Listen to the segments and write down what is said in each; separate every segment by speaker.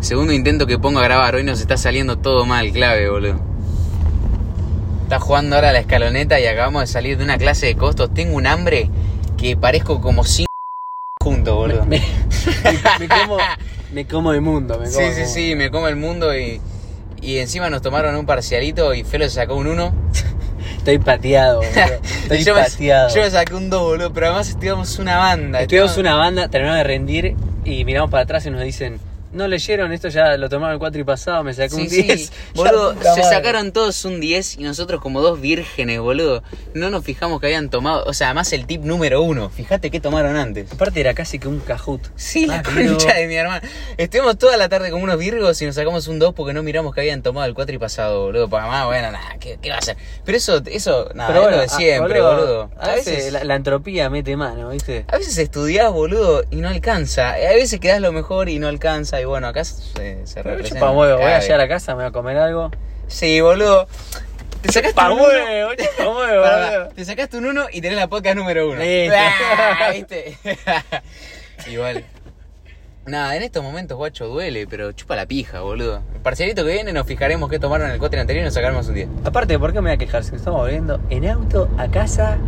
Speaker 1: Segundo intento que pongo a grabar. Hoy nos está saliendo todo mal, clave, boludo. Está jugando ahora la escaloneta y acabamos de salir de una clase de costos. Tengo un hambre que parezco como cinco juntos, boludo.
Speaker 2: Me, me como, me como el mundo. Me como
Speaker 1: Sí,
Speaker 2: el
Speaker 1: sí,
Speaker 2: mundo.
Speaker 1: sí, me como el mundo y, y encima nos tomaron un parcialito y Felo se sacó un 1.
Speaker 2: Estoy pateado, boludo.
Speaker 1: Y
Speaker 2: Estoy
Speaker 1: yo, me,
Speaker 2: pateado.
Speaker 1: yo me saqué un 2, boludo, pero además estudiamos una banda.
Speaker 2: Estudiamos una banda, terminamos de rendir y miramos para atrás y nos dicen, no leyeron, esto ya lo tomaron el 4 y pasado, me sacó
Speaker 1: Sí,
Speaker 2: un 10.
Speaker 1: sí,
Speaker 2: Ya,
Speaker 1: boludo,
Speaker 2: puta
Speaker 1: se
Speaker 2: madre.
Speaker 1: sacaron todos un 10 y nosotros como dos vírgenes, boludo. No nos fijamos que habían tomado, o sea, además el tip número uno, fíjate qué tomaron antes.
Speaker 2: Aparte era casi que un cajut.
Speaker 1: Sí, la
Speaker 2: Ah, pero-
Speaker 1: concha de mi hermano. Estuvimos toda la tarde como unos virgos y nos sacamos un 2 porque no miramos que habían tomado el 4 y pasado, boludo. Para más, bueno, nada, ¿qué, qué va a ser? Pero eso, eso, nada, es lo de
Speaker 2: ah,
Speaker 1: siempre, boludo.
Speaker 2: A veces la, la entropía mete mano, ¿viste?
Speaker 1: A veces estudiás, boludo, y no alcanza. A veces quedás lo mejor y no alcanza. Y bueno, acá se, se
Speaker 2: Pero
Speaker 1: representa.
Speaker 2: chupa huevo, voy a
Speaker 1: Cabe.
Speaker 2: llegar a casa, me voy a comer algo.
Speaker 1: Sí, boludo. Te sacaste
Speaker 2: Chupa
Speaker 1: un uno.
Speaker 2: huevo, chupa huevo,
Speaker 1: Pará, pará.
Speaker 2: boludo.
Speaker 1: Te sacaste un 1 y tenés la podcast número 1.
Speaker 2: Listo.
Speaker 1: ¿Viste? Igual. Nada, en estos momentos, guacho, duele, pero chupa la pija, boludo. El parcialito que viene nos fijaremos qué tomaron el cuatri anterior y nos sacaremos un 10.
Speaker 2: Aparte, ¿por qué me voy a quejar? Si estamos volviendo en auto a casa,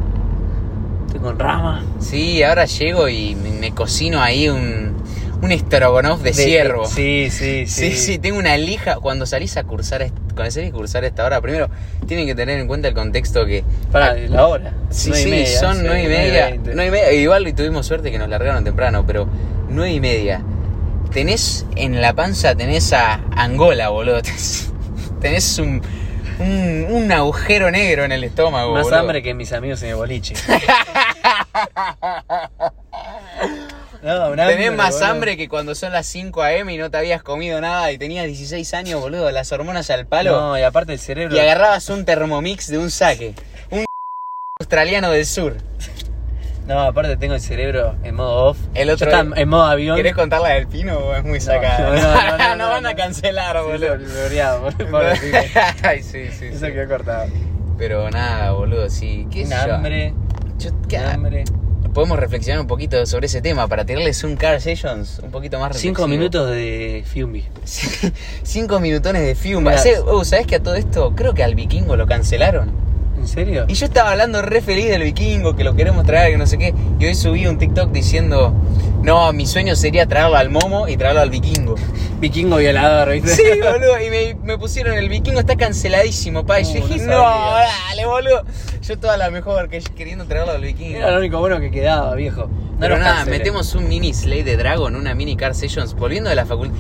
Speaker 2: estoy con rama.
Speaker 1: Sí, ahora llego y me, me cocino ahí un, un estrogonoff de, ciervo.
Speaker 2: Sí, sí, sí.
Speaker 1: Sí, sí, tengo una lija. Cuando salís a cursar, est- cuando salís a cursar a esta hora, primero tienen que tener en cuenta el contexto que.
Speaker 2: Para la hora.
Speaker 1: Sí,
Speaker 2: Nueve
Speaker 1: sí,
Speaker 2: y media,
Speaker 1: son
Speaker 2: once,
Speaker 1: nueve y
Speaker 2: nueve y
Speaker 1: media.
Speaker 2: veinte.
Speaker 1: nueve y media. Igual y tuvimos suerte que nos largaron temprano, pero nueve y media. Tenés en la panza, tenés a Angola, boludo. Tenés un, un, un agujero negro en el estómago,
Speaker 2: Más
Speaker 1: boludo.
Speaker 2: hambre que mis amigos en el boliche. no, un hambre,
Speaker 1: Tenés más
Speaker 2: boludo.
Speaker 1: hambre que cuando son las 5 a.m. y no te habías comido nada y tenías 16 años, boludo, las hormonas al palo.
Speaker 2: No, y aparte el cerebro.
Speaker 1: Y agarrabas un termomix de un saque. Un australiano del sur.
Speaker 2: No, aparte tengo el cerebro en modo off.
Speaker 1: El
Speaker 2: Yo
Speaker 1: otro
Speaker 2: estaba
Speaker 1: día-
Speaker 2: en modo avión.
Speaker 1: ¿Querés contar la del pino o es muy sacada?
Speaker 2: no, no, no,
Speaker 1: Nos van
Speaker 2: no,
Speaker 1: a
Speaker 2: no.
Speaker 1: cancelar,
Speaker 2: Sí,
Speaker 1: boludo.
Speaker 2: lo- lo odiaba, boludo, pobre tipo.
Speaker 1: Ay, sí, sí,
Speaker 2: Eso
Speaker 1: sí.
Speaker 2: quedó cortado.
Speaker 1: Pero nada, boludo, sí. ¿Qué
Speaker 2: Un
Speaker 1: sé yo?
Speaker 2: hambre,
Speaker 1: Yo-
Speaker 2: un
Speaker 1: ¿qué-
Speaker 2: hambre.
Speaker 1: Podemos reflexionar un poquito sobre ese tema para tirarles un Car Sessions un poquito más reflexivo.
Speaker 2: Cinco minutos de Fiumbi.
Speaker 1: Sí, Cinco minutones de Fium.
Speaker 2: Mirá.
Speaker 1: Hacé- oh, ¿Sabés que a todo esto creo que al vikingo lo cancelaron?
Speaker 2: ¿En serio?
Speaker 1: Y yo estaba hablando re feliz del vikingo, que lo queremos traer, que no sé qué. Y hoy subí un TikTok diciendo, no, mi sueño sería traerlo al momo y traerlo al vikingo.
Speaker 2: Vikingo violador, ¿viste?
Speaker 1: Sí, boludo. Y me, me pusieron, el vikingo está canceladísimo, pa. Y yo
Speaker 2: No,
Speaker 1: dije,
Speaker 2: Uh, no
Speaker 1: no,
Speaker 2: sabía".
Speaker 1: dale, boludo. Yo toda la mejor que queriendo traerlo al vikingo.
Speaker 2: Era lo único bueno que quedaba, viejo. No
Speaker 1: Pero
Speaker 2: nos
Speaker 1: nada,
Speaker 2: canceles.
Speaker 1: metemos un mini Slay de Dragon, una mini Car Sessions, volviendo de la facultad.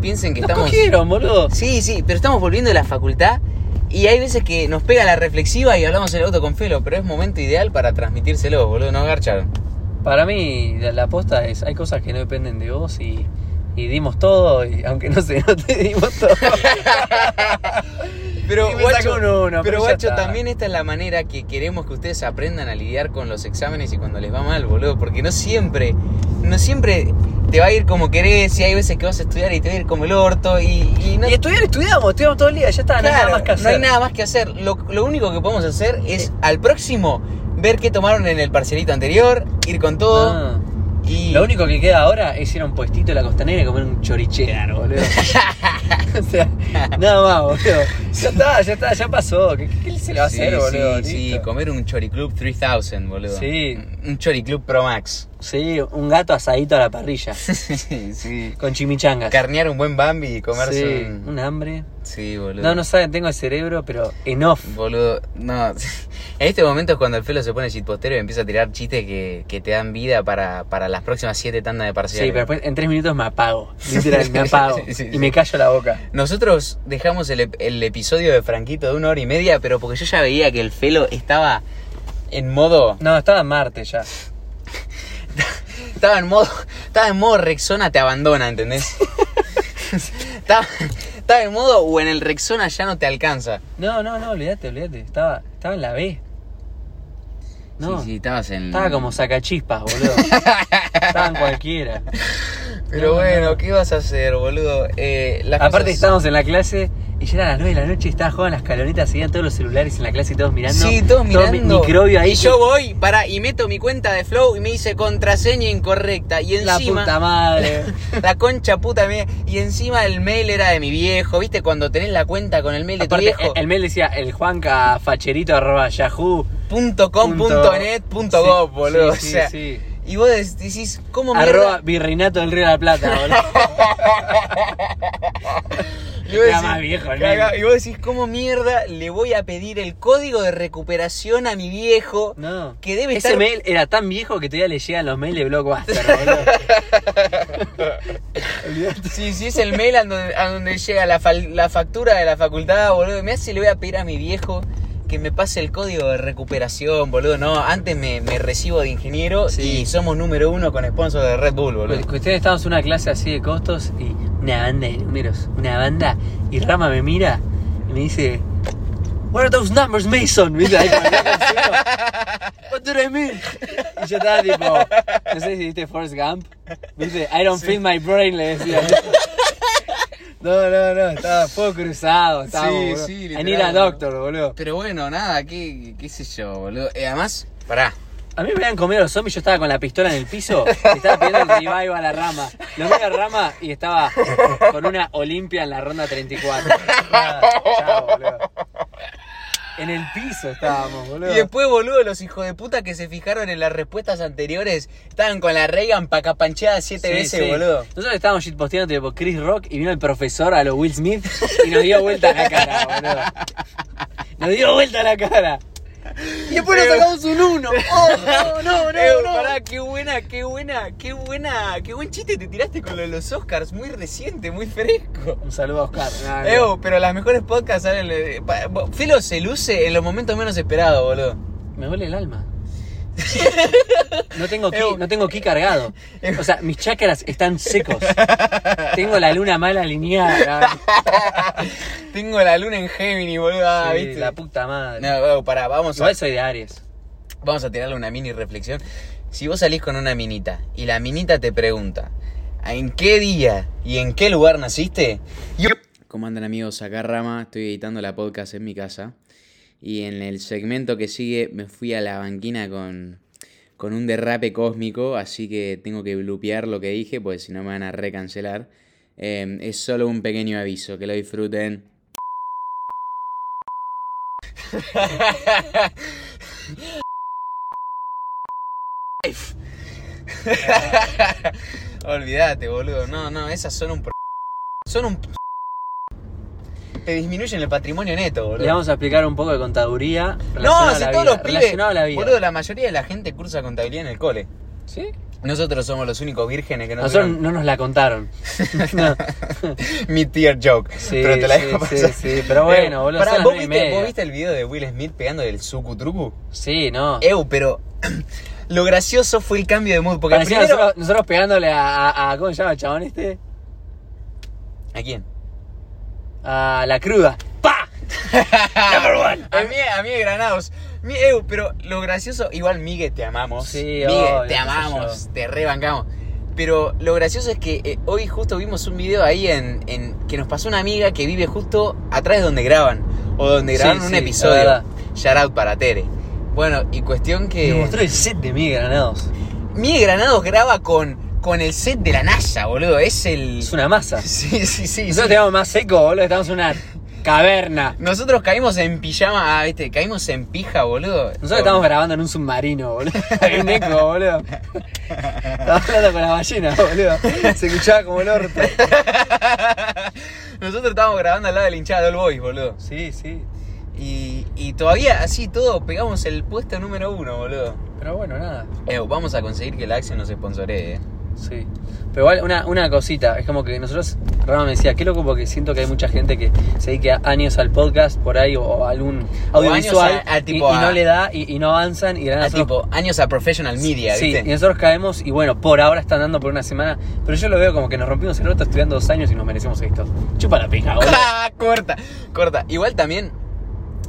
Speaker 1: Piensen que
Speaker 2: Nos
Speaker 1: estamos...
Speaker 2: cogieron, boludo.
Speaker 1: Sí, sí, pero estamos volviendo de la facultad y hay veces que nos pega la reflexiva y hablamos en el auto con Felo, pero es momento ideal para transmitírselo, boludo, no garcharon.
Speaker 2: Para mí, la, la posta es, hay cosas que no dependen de vos y, y dimos todo, y aunque no se note, dimos todo.
Speaker 1: Pero,
Speaker 2: Y me
Speaker 1: guacho,
Speaker 2: saco un uno,
Speaker 1: pero,
Speaker 2: pero ya
Speaker 1: guacho,
Speaker 2: está.
Speaker 1: también esta es la manera que queremos que ustedes aprendan a lidiar con los exámenes y cuando les va mal, boludo. Porque no siempre, no siempre te va a ir como querés y hay veces que vas a estudiar y te va a ir como el orto y, y no...
Speaker 2: y estudiar, estudiamos, estudiamos todo el día, ya está, no hay
Speaker 1: Claro,
Speaker 2: nada más que hacer.
Speaker 1: no hay nada más que hacer. Lo, lo único que podemos hacer es al próximo ver qué tomaron en el parcialito anterior, ir con todo
Speaker 2: Ah.
Speaker 1: y...
Speaker 2: Lo único que queda ahora es ir a un puestito de la costanera y comer un chorichear, boludo. o sea, nada más, boludo. Ya está, ya está, ya pasó. ¿Qué, qué se le va a
Speaker 1: Sí,
Speaker 2: hacer, boludo?
Speaker 1: sí, sí,
Speaker 2: Listo.
Speaker 1: comer un Choriclub 3000, boludo.
Speaker 2: Sí.
Speaker 1: Un Choriclub Pro Max.
Speaker 2: Sí, un gato asadito a la parrilla,
Speaker 1: sí.
Speaker 2: con chimichangas.
Speaker 1: Carnear un buen Bambi y comerse
Speaker 2: Sí,
Speaker 1: un...
Speaker 2: un hambre.
Speaker 1: Sí, boludo.
Speaker 2: No, no saben, tengo el cerebro, pero en off.
Speaker 1: Boludo, no. En este momento es cuando el pelo se pone chitpostero y empieza a tirar chistes que, que te dan vida para, para las próximas siete tandas de
Speaker 2: Sí,
Speaker 1: parciales.
Speaker 2: pero después en tres minutos me apago. Literal, me apago.
Speaker 1: Sí, sí,
Speaker 2: y
Speaker 1: sí.
Speaker 2: me callo la boca.
Speaker 1: Nosotros dejamos el, ep- el episodio de Franquito de una hora y media, pero porque yo ya veía que el Felo estaba en modo.
Speaker 2: No, estaba en Marte ya.
Speaker 1: Estaba en modo. Estaba en modo Rexona te abandona, ¿entendés? estaba, estaba en modo o en el Rexona ya no te alcanza.
Speaker 2: No, no, no, olvídate, olvídate. Estaba, estaba en la B. No,
Speaker 1: Sí, sí, estabas en.
Speaker 2: estaba como sacachispas, boludo. estaba en cualquiera.
Speaker 1: Pero
Speaker 2: No,
Speaker 1: bueno,
Speaker 2: no.
Speaker 1: ¿qué vas a hacer, boludo? Eh, las
Speaker 2: Aparte
Speaker 1: cosas-
Speaker 2: estábamos en la clase y ya eran las 9 de la noche y estaba jugando a las calonetas, seguían todos los celulares en la clase y todos mirando.
Speaker 1: Sí, todos
Speaker 2: mi-
Speaker 1: mirando.
Speaker 2: microbio ahí.
Speaker 1: y
Speaker 2: que-
Speaker 1: yo voy, para, y meto mi cuenta de Flow y me dice contraseña incorrecta. Y
Speaker 2: la
Speaker 1: encima.
Speaker 2: puta madre.
Speaker 1: La concha puta mía. Y encima el mail era de mi viejo. ¿Viste? Cuando tenés la cuenta con el mail de tu
Speaker 2: Aparte,
Speaker 1: viejo.
Speaker 2: el, el mail decía el Juanca Facherito arroba Yahoo.
Speaker 1: punto com, punto,
Speaker 2: punto-
Speaker 1: net, punto
Speaker 2: Sí,
Speaker 1: gov, boludo.
Speaker 2: sí,
Speaker 1: o sea,
Speaker 2: sí, sí.
Speaker 1: Y vos des- decís, ¿cómo mierda?
Speaker 2: Arroba Virreinato del Río de la Plata, boludo.
Speaker 1: Y vos
Speaker 2: Era
Speaker 1: decís,
Speaker 2: más viejo el
Speaker 1: cagá,
Speaker 2: mail.
Speaker 1: y vos decís, ¿cómo mierda le voy a pedir el código de recuperación a mi viejo?
Speaker 2: No.
Speaker 1: Que debe
Speaker 2: Ese
Speaker 1: estar-
Speaker 2: mail era tan viejo que todavía le llegan los mails de Blockbuster, boludo.
Speaker 1: Sí, sí, es el mail a donde, a donde llega la, fal- la factura de la facultad, boludo. Me hace, le voy a pedir a mi viejo que me pase el código de recuperación, boludo. No, antes me, me recibo de ingeniero
Speaker 2: Sí.
Speaker 1: y somos número uno con sponsor de Red Bull, boludo.
Speaker 2: Cu- Cuestión, estábamos en una clase así de costos y una banda de números, una banda, y Rama me mira y me dice, What are those numbers, Mason? ¿Viste? Ahí con el dedo en el cielo. What do they mean? Y yo estaba tipo, no sé si viste Forrest Gump, ¿viste? I don't feel my brain, le decía. No, no, no, estaba fuego cruzado, estaba.
Speaker 1: Sí,
Speaker 2: boludo.
Speaker 1: sí,
Speaker 2: I
Speaker 1: literal,
Speaker 2: need a
Speaker 1: boludo.
Speaker 2: doctor, boludo.
Speaker 1: Pero bueno, nada, qué, qué sé yo, boludo. Eh, además, pará.
Speaker 2: A mí me habían comido los zombies, yo estaba con la pistola en el piso, y estaba pidiendo el revive a la rama. Lo vi a rama y estaba con una Olimpia en la ronda 34. Nada, chao, boludo. En el piso estábamos, boludo.
Speaker 1: Y después, boludo, los hijos de puta que se fijaron en las respuestas anteriores estaban con la Reagan pacapancheada siete
Speaker 2: Sí,
Speaker 1: veces,
Speaker 2: sí.
Speaker 1: boludo.
Speaker 2: Nosotros estábamos shitposteando tipo Chris Rock y vino el profesor a los Will Smith y nos dio vuelta la cara, boludo. Nos dio vuelta la cara. Y después nos
Speaker 1: Pero-
Speaker 2: sacamos un uno. Oh, no, no, no,
Speaker 1: Eh,
Speaker 2: no.
Speaker 1: pará, qué buena, qué buena, qué buena, qué buen chiste te tiraste con lo de los Oscars, muy reciente, muy fresco.
Speaker 2: Un saludo a Oscar. Nada,
Speaker 1: Eh,
Speaker 2: no.
Speaker 1: pero las mejores podcasts salen. eh, pa- bo- Felo se luce en los momentos menos esperados, boludo.
Speaker 2: Me duele el alma. No tengo, ki,
Speaker 1: Ew.
Speaker 2: no tengo ki cargado. O sea, mis chakras están secos. Tengo la luna mal alineada.
Speaker 1: Tengo la luna en Gemini, boludo. Ah,
Speaker 2: Sí,
Speaker 1: ¿viste?
Speaker 2: La puta madre.
Speaker 1: No, bueno, pará, vamos a,
Speaker 2: Igual soy de Aries.
Speaker 1: vamos a tirarle una mini reflexión. Si vos salís con una minita y la minita te pregunta ¿En qué día y en qué lugar naciste? ¿Cómo andan amigos? Acá Rama, estoy editando la podcast en mi casa. Y en el segmento que sigue me fui a la banquina con, con un derrape cósmico, así que tengo que blupear lo que dije, pues si no me van a recancelar. Eh, es solo un pequeño aviso, que lo disfruten. Olvídate, boludo. No, no, esas son un... pro- Son un... Te disminuyen el patrimonio neto, boludo.
Speaker 2: Le vamos a explicar un poco de contaduría
Speaker 1: No,
Speaker 2: relacionado,
Speaker 1: si
Speaker 2: a, la
Speaker 1: todos
Speaker 2: vida,
Speaker 1: los pibes.
Speaker 2: relacionado a la vida.
Speaker 1: Boludo, la mayoría de la gente cursa contabilidad en el cole.
Speaker 2: ¿Sí?
Speaker 1: Nosotros somos los únicos vírgenes que no
Speaker 2: Nosotros
Speaker 1: tuvieron-
Speaker 2: no nos la contaron. No.
Speaker 1: Mi tier joke.
Speaker 2: Sí,
Speaker 1: pero te la
Speaker 2: sí,
Speaker 1: dejo
Speaker 2: sí,
Speaker 1: pasar.
Speaker 2: sí, pero bueno,
Speaker 1: Eh,
Speaker 2: boludo,
Speaker 1: pará,
Speaker 2: son las
Speaker 1: ¿vos,
Speaker 2: nueve y
Speaker 1: viste,
Speaker 2: media.
Speaker 1: vos viste el video de Will Smith pegando el sucutrucu?
Speaker 2: Sí, no.
Speaker 1: Eu, pero lo gracioso fue el cambio de mood. Porque
Speaker 2: Parecía
Speaker 1: primero...
Speaker 2: nosotros, nosotros pegándole a, a- a- ¿Cómo se llama el chabón este?
Speaker 1: ¿A quién?
Speaker 2: A la cruda. ¡Pa! Number one.
Speaker 1: A mí, a mí de Granados. Mi- eu, pero lo gracioso, igual Migue te amamos.
Speaker 2: Sí,
Speaker 1: Migue,
Speaker 2: obvio, qué
Speaker 1: te
Speaker 2: sé
Speaker 1: amamos, te rebancamos. Pero lo gracioso es que eh, hoy justo vimos un video ahí en, en- que nos pasó una amiga que vive justo atrás de donde graban. O donde
Speaker 2: Sí,
Speaker 1: grabaron
Speaker 2: sí,
Speaker 1: un
Speaker 2: la
Speaker 1: episodio.
Speaker 2: verdad.
Speaker 1: Shout out para Tere. Bueno, y cuestión que.
Speaker 2: Me mostró Eh, el set de Miguel Granados.
Speaker 1: Migue Granados graba con, con el set de la NASA, boludo. Es el.
Speaker 2: Es una masa.
Speaker 1: Sí, sí, sí.
Speaker 2: Nosotros
Speaker 1: sí.
Speaker 2: teníamos más seco, boludo. Estamos en una caverna.
Speaker 1: Nosotros caímos en pijama, ah, viste, caímos en pija, boludo.
Speaker 2: Nosotros
Speaker 1: Con-
Speaker 2: estábamos grabando en un submarino, boludo. Había un eco, boludo. Estaba hablando con la ballena, boludo. Se escuchaba como el orto.
Speaker 1: Nosotros estábamos grabando al lado de la hinchada de All Boys, boludo.
Speaker 2: Sí, sí.
Speaker 1: Y, y todavía así todo pegamos el puesto número uno, boludo.
Speaker 2: Pero bueno, nada.
Speaker 1: Eh, vamos a conseguir que la Action nos sponsoree, eh.
Speaker 2: Sí. Pero igual, una, una cosita, es como que nosotros, Rama me decía, qué loco porque siento que hay mucha gente que se dedica años al podcast por ahí o, o algún audiovisual
Speaker 1: años a- a
Speaker 2: y-
Speaker 1: tipo
Speaker 2: y,
Speaker 1: a-
Speaker 2: no le da y, y no avanzan y de la nada
Speaker 1: Ah,
Speaker 2: nosotros-
Speaker 1: tipo, años a professional media,
Speaker 2: Sí,
Speaker 1: ¿viste?
Speaker 2: y nosotros caemos y bueno, por ahora están dando por una semana, pero yo lo veo como que nos rompimos el roto estudiando dos años y nos merecemos esto. Chupa la pija, boludo.
Speaker 1: Ah, corta, corta. Igual también,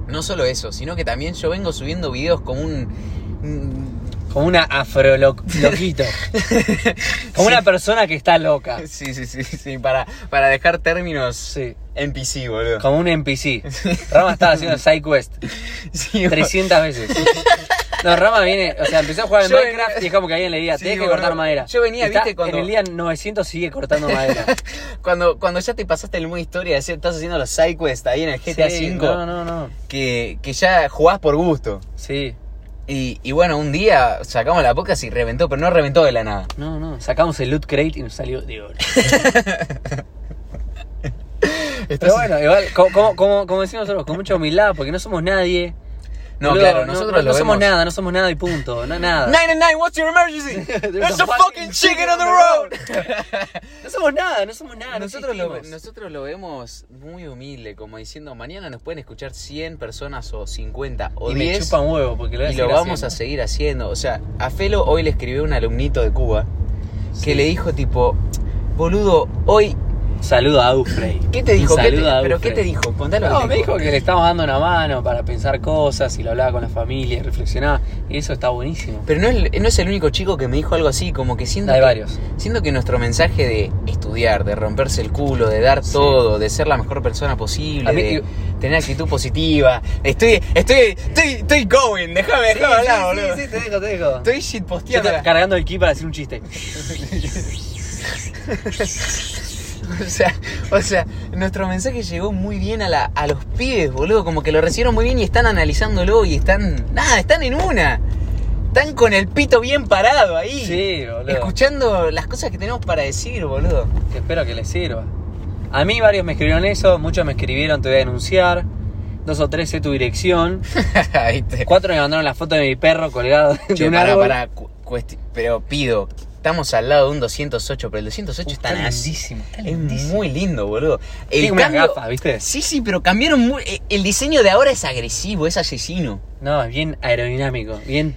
Speaker 1: no solo eso, sino que también yo vengo subiendo videos como un. mm,
Speaker 2: Como una afroloquito. Como una persona que está loca.
Speaker 1: Sí, sí, sí, sí, para, para dejar términos
Speaker 2: Sí.
Speaker 1: NPC, boludo.
Speaker 2: Como un NPC. Rama estaba haciendo side quest
Speaker 1: Sí, boludo.
Speaker 2: 300 veces. No, Rama viene, o sea, empezó a jugar en
Speaker 1: Yo
Speaker 2: Minecraft
Speaker 1: venía-
Speaker 2: y es como que alguien le diga,
Speaker 1: Sí,
Speaker 2: tenés que
Speaker 1: boludo.
Speaker 2: cortar madera.
Speaker 1: Yo venía,
Speaker 2: Y está-
Speaker 1: viste, cuando-
Speaker 2: En el día 900 sigue cortando madera.
Speaker 1: Cuando, cuando ya te pasaste el modo historia, así, estás haciendo los side quests ahí en el GTA
Speaker 2: Sí,
Speaker 1: V,
Speaker 2: No, no, no.
Speaker 1: que, que ya jugás por gusto.
Speaker 2: Sí.
Speaker 1: Y, y bueno, un día sacamos la podcast y reventó, pero no reventó de la nada.
Speaker 2: No, no. Sacamos el loot crate y nos salió de oro. Pero bueno, igual, co- como, como, como decimos nosotros, con mucha humildad, porque no somos nadie.
Speaker 1: No,
Speaker 2: Boludo,
Speaker 1: claro, nosotros
Speaker 2: no,
Speaker 1: lo
Speaker 2: somos
Speaker 1: vemos.
Speaker 2: nada, no somos nada y punto. No, nada.
Speaker 1: 999, what's your emergency? There's a fucking chicken on the road.
Speaker 2: No somos nada, no somos nada. no
Speaker 1: Nosotros lo,
Speaker 2: existimos.
Speaker 1: nosotros lo vemos muy humilde, como diciendo, mañana nos pueden escuchar 100 personas o 50 o
Speaker 2: y me
Speaker 1: 10
Speaker 2: chupan huevo porque lo, voy a
Speaker 1: y lo
Speaker 2: seguir
Speaker 1: vamos a
Speaker 2: haciendo.
Speaker 1: seguir haciendo. O sea, a Felo hoy le escribió un alumnito de Cuba que
Speaker 2: Sí.
Speaker 1: le dijo tipo, boludo, hoy,
Speaker 2: Saludo a Ufrey.
Speaker 1: ¿qué te dijo?
Speaker 2: Un
Speaker 1: ¿Qué te-
Speaker 2: saludo a
Speaker 1: ¿Pero
Speaker 2: Ufrey.
Speaker 1: qué te dijo? Contalo.
Speaker 2: No, me dijo que le estamos dando una mano para pensar cosas y lo hablaba con la familia y reflexionaba. Y eso está buenísimo.
Speaker 1: Pero no es, no es el único chico que me dijo algo así, como que siento,
Speaker 2: Hay
Speaker 1: que-
Speaker 2: varios.
Speaker 1: siento que nuestro mensaje de estudiar, de romperse el culo, de dar
Speaker 2: Sí.
Speaker 1: todo, de ser la mejor persona posible,
Speaker 2: A mí-
Speaker 1: de tener actitud positiva, estoy, estoy, estoy, estoy going, déjame, déjame hablar, boludo.
Speaker 2: te dejo, te dejo.
Speaker 1: Estoy
Speaker 2: Yo
Speaker 1: shitposteando.
Speaker 2: estaba cargando el ki para hacer un chiste.
Speaker 1: O sea, o sea, nuestro mensaje llegó muy bien a, la, a los pibes, boludo. Como que lo recibieron muy bien y están analizándolo y están. Nada, están en una. Están con el pito bien parado ahí.
Speaker 2: Sí, boludo.
Speaker 1: Escuchando las cosas que tenemos para decir, boludo.
Speaker 2: que espero que les sirva. A mí varios me escribieron eso, muchos me escribieron te voy a denunciar, dos o tres sé tu dirección,
Speaker 1: Viste.
Speaker 2: cuatro me mandaron la foto de mi perro colgado de
Speaker 1: Che,
Speaker 2: un
Speaker 1: pará,
Speaker 2: árbol.
Speaker 1: pará, cu- cuesti- pero pido, estamos al lado de un 208, pero el 208
Speaker 2: Uh,
Speaker 1: está
Speaker 2: está
Speaker 1: así.
Speaker 2: lindísimo, está
Speaker 1: Es
Speaker 2: lindísimo.
Speaker 1: muy lindo, boludo.
Speaker 2: Tiene
Speaker 1: El
Speaker 2: como unas
Speaker 1: cambio-
Speaker 2: gafas, ¿viste?
Speaker 1: Sí, sí, pero cambiaron muy. eh, El diseño de ahora es agresivo, es asesino.
Speaker 2: No, es bien aerodinámico, bien